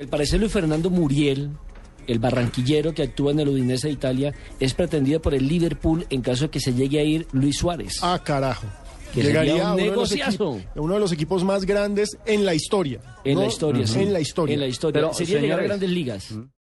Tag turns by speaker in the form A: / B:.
A: Al parecer Luis Fernando Muriel, el barranquillero que actúa en el Udinese de Italia, es pretendido por el Liverpool en caso de que se llegue a ir Luis Suárez.
B: Ah, carajo.
A: Que sería un
B: a uno, de los
A: negociazo.
B: equipos, uno de los equipos más grandes en la historia.
A: En la
B: ¿no?
A: historia, sí.
B: En la historia. ¿Mm?
A: En la historia.
C: Pero,
A: Sería llegar a
C: señores,
A: grandes ligas.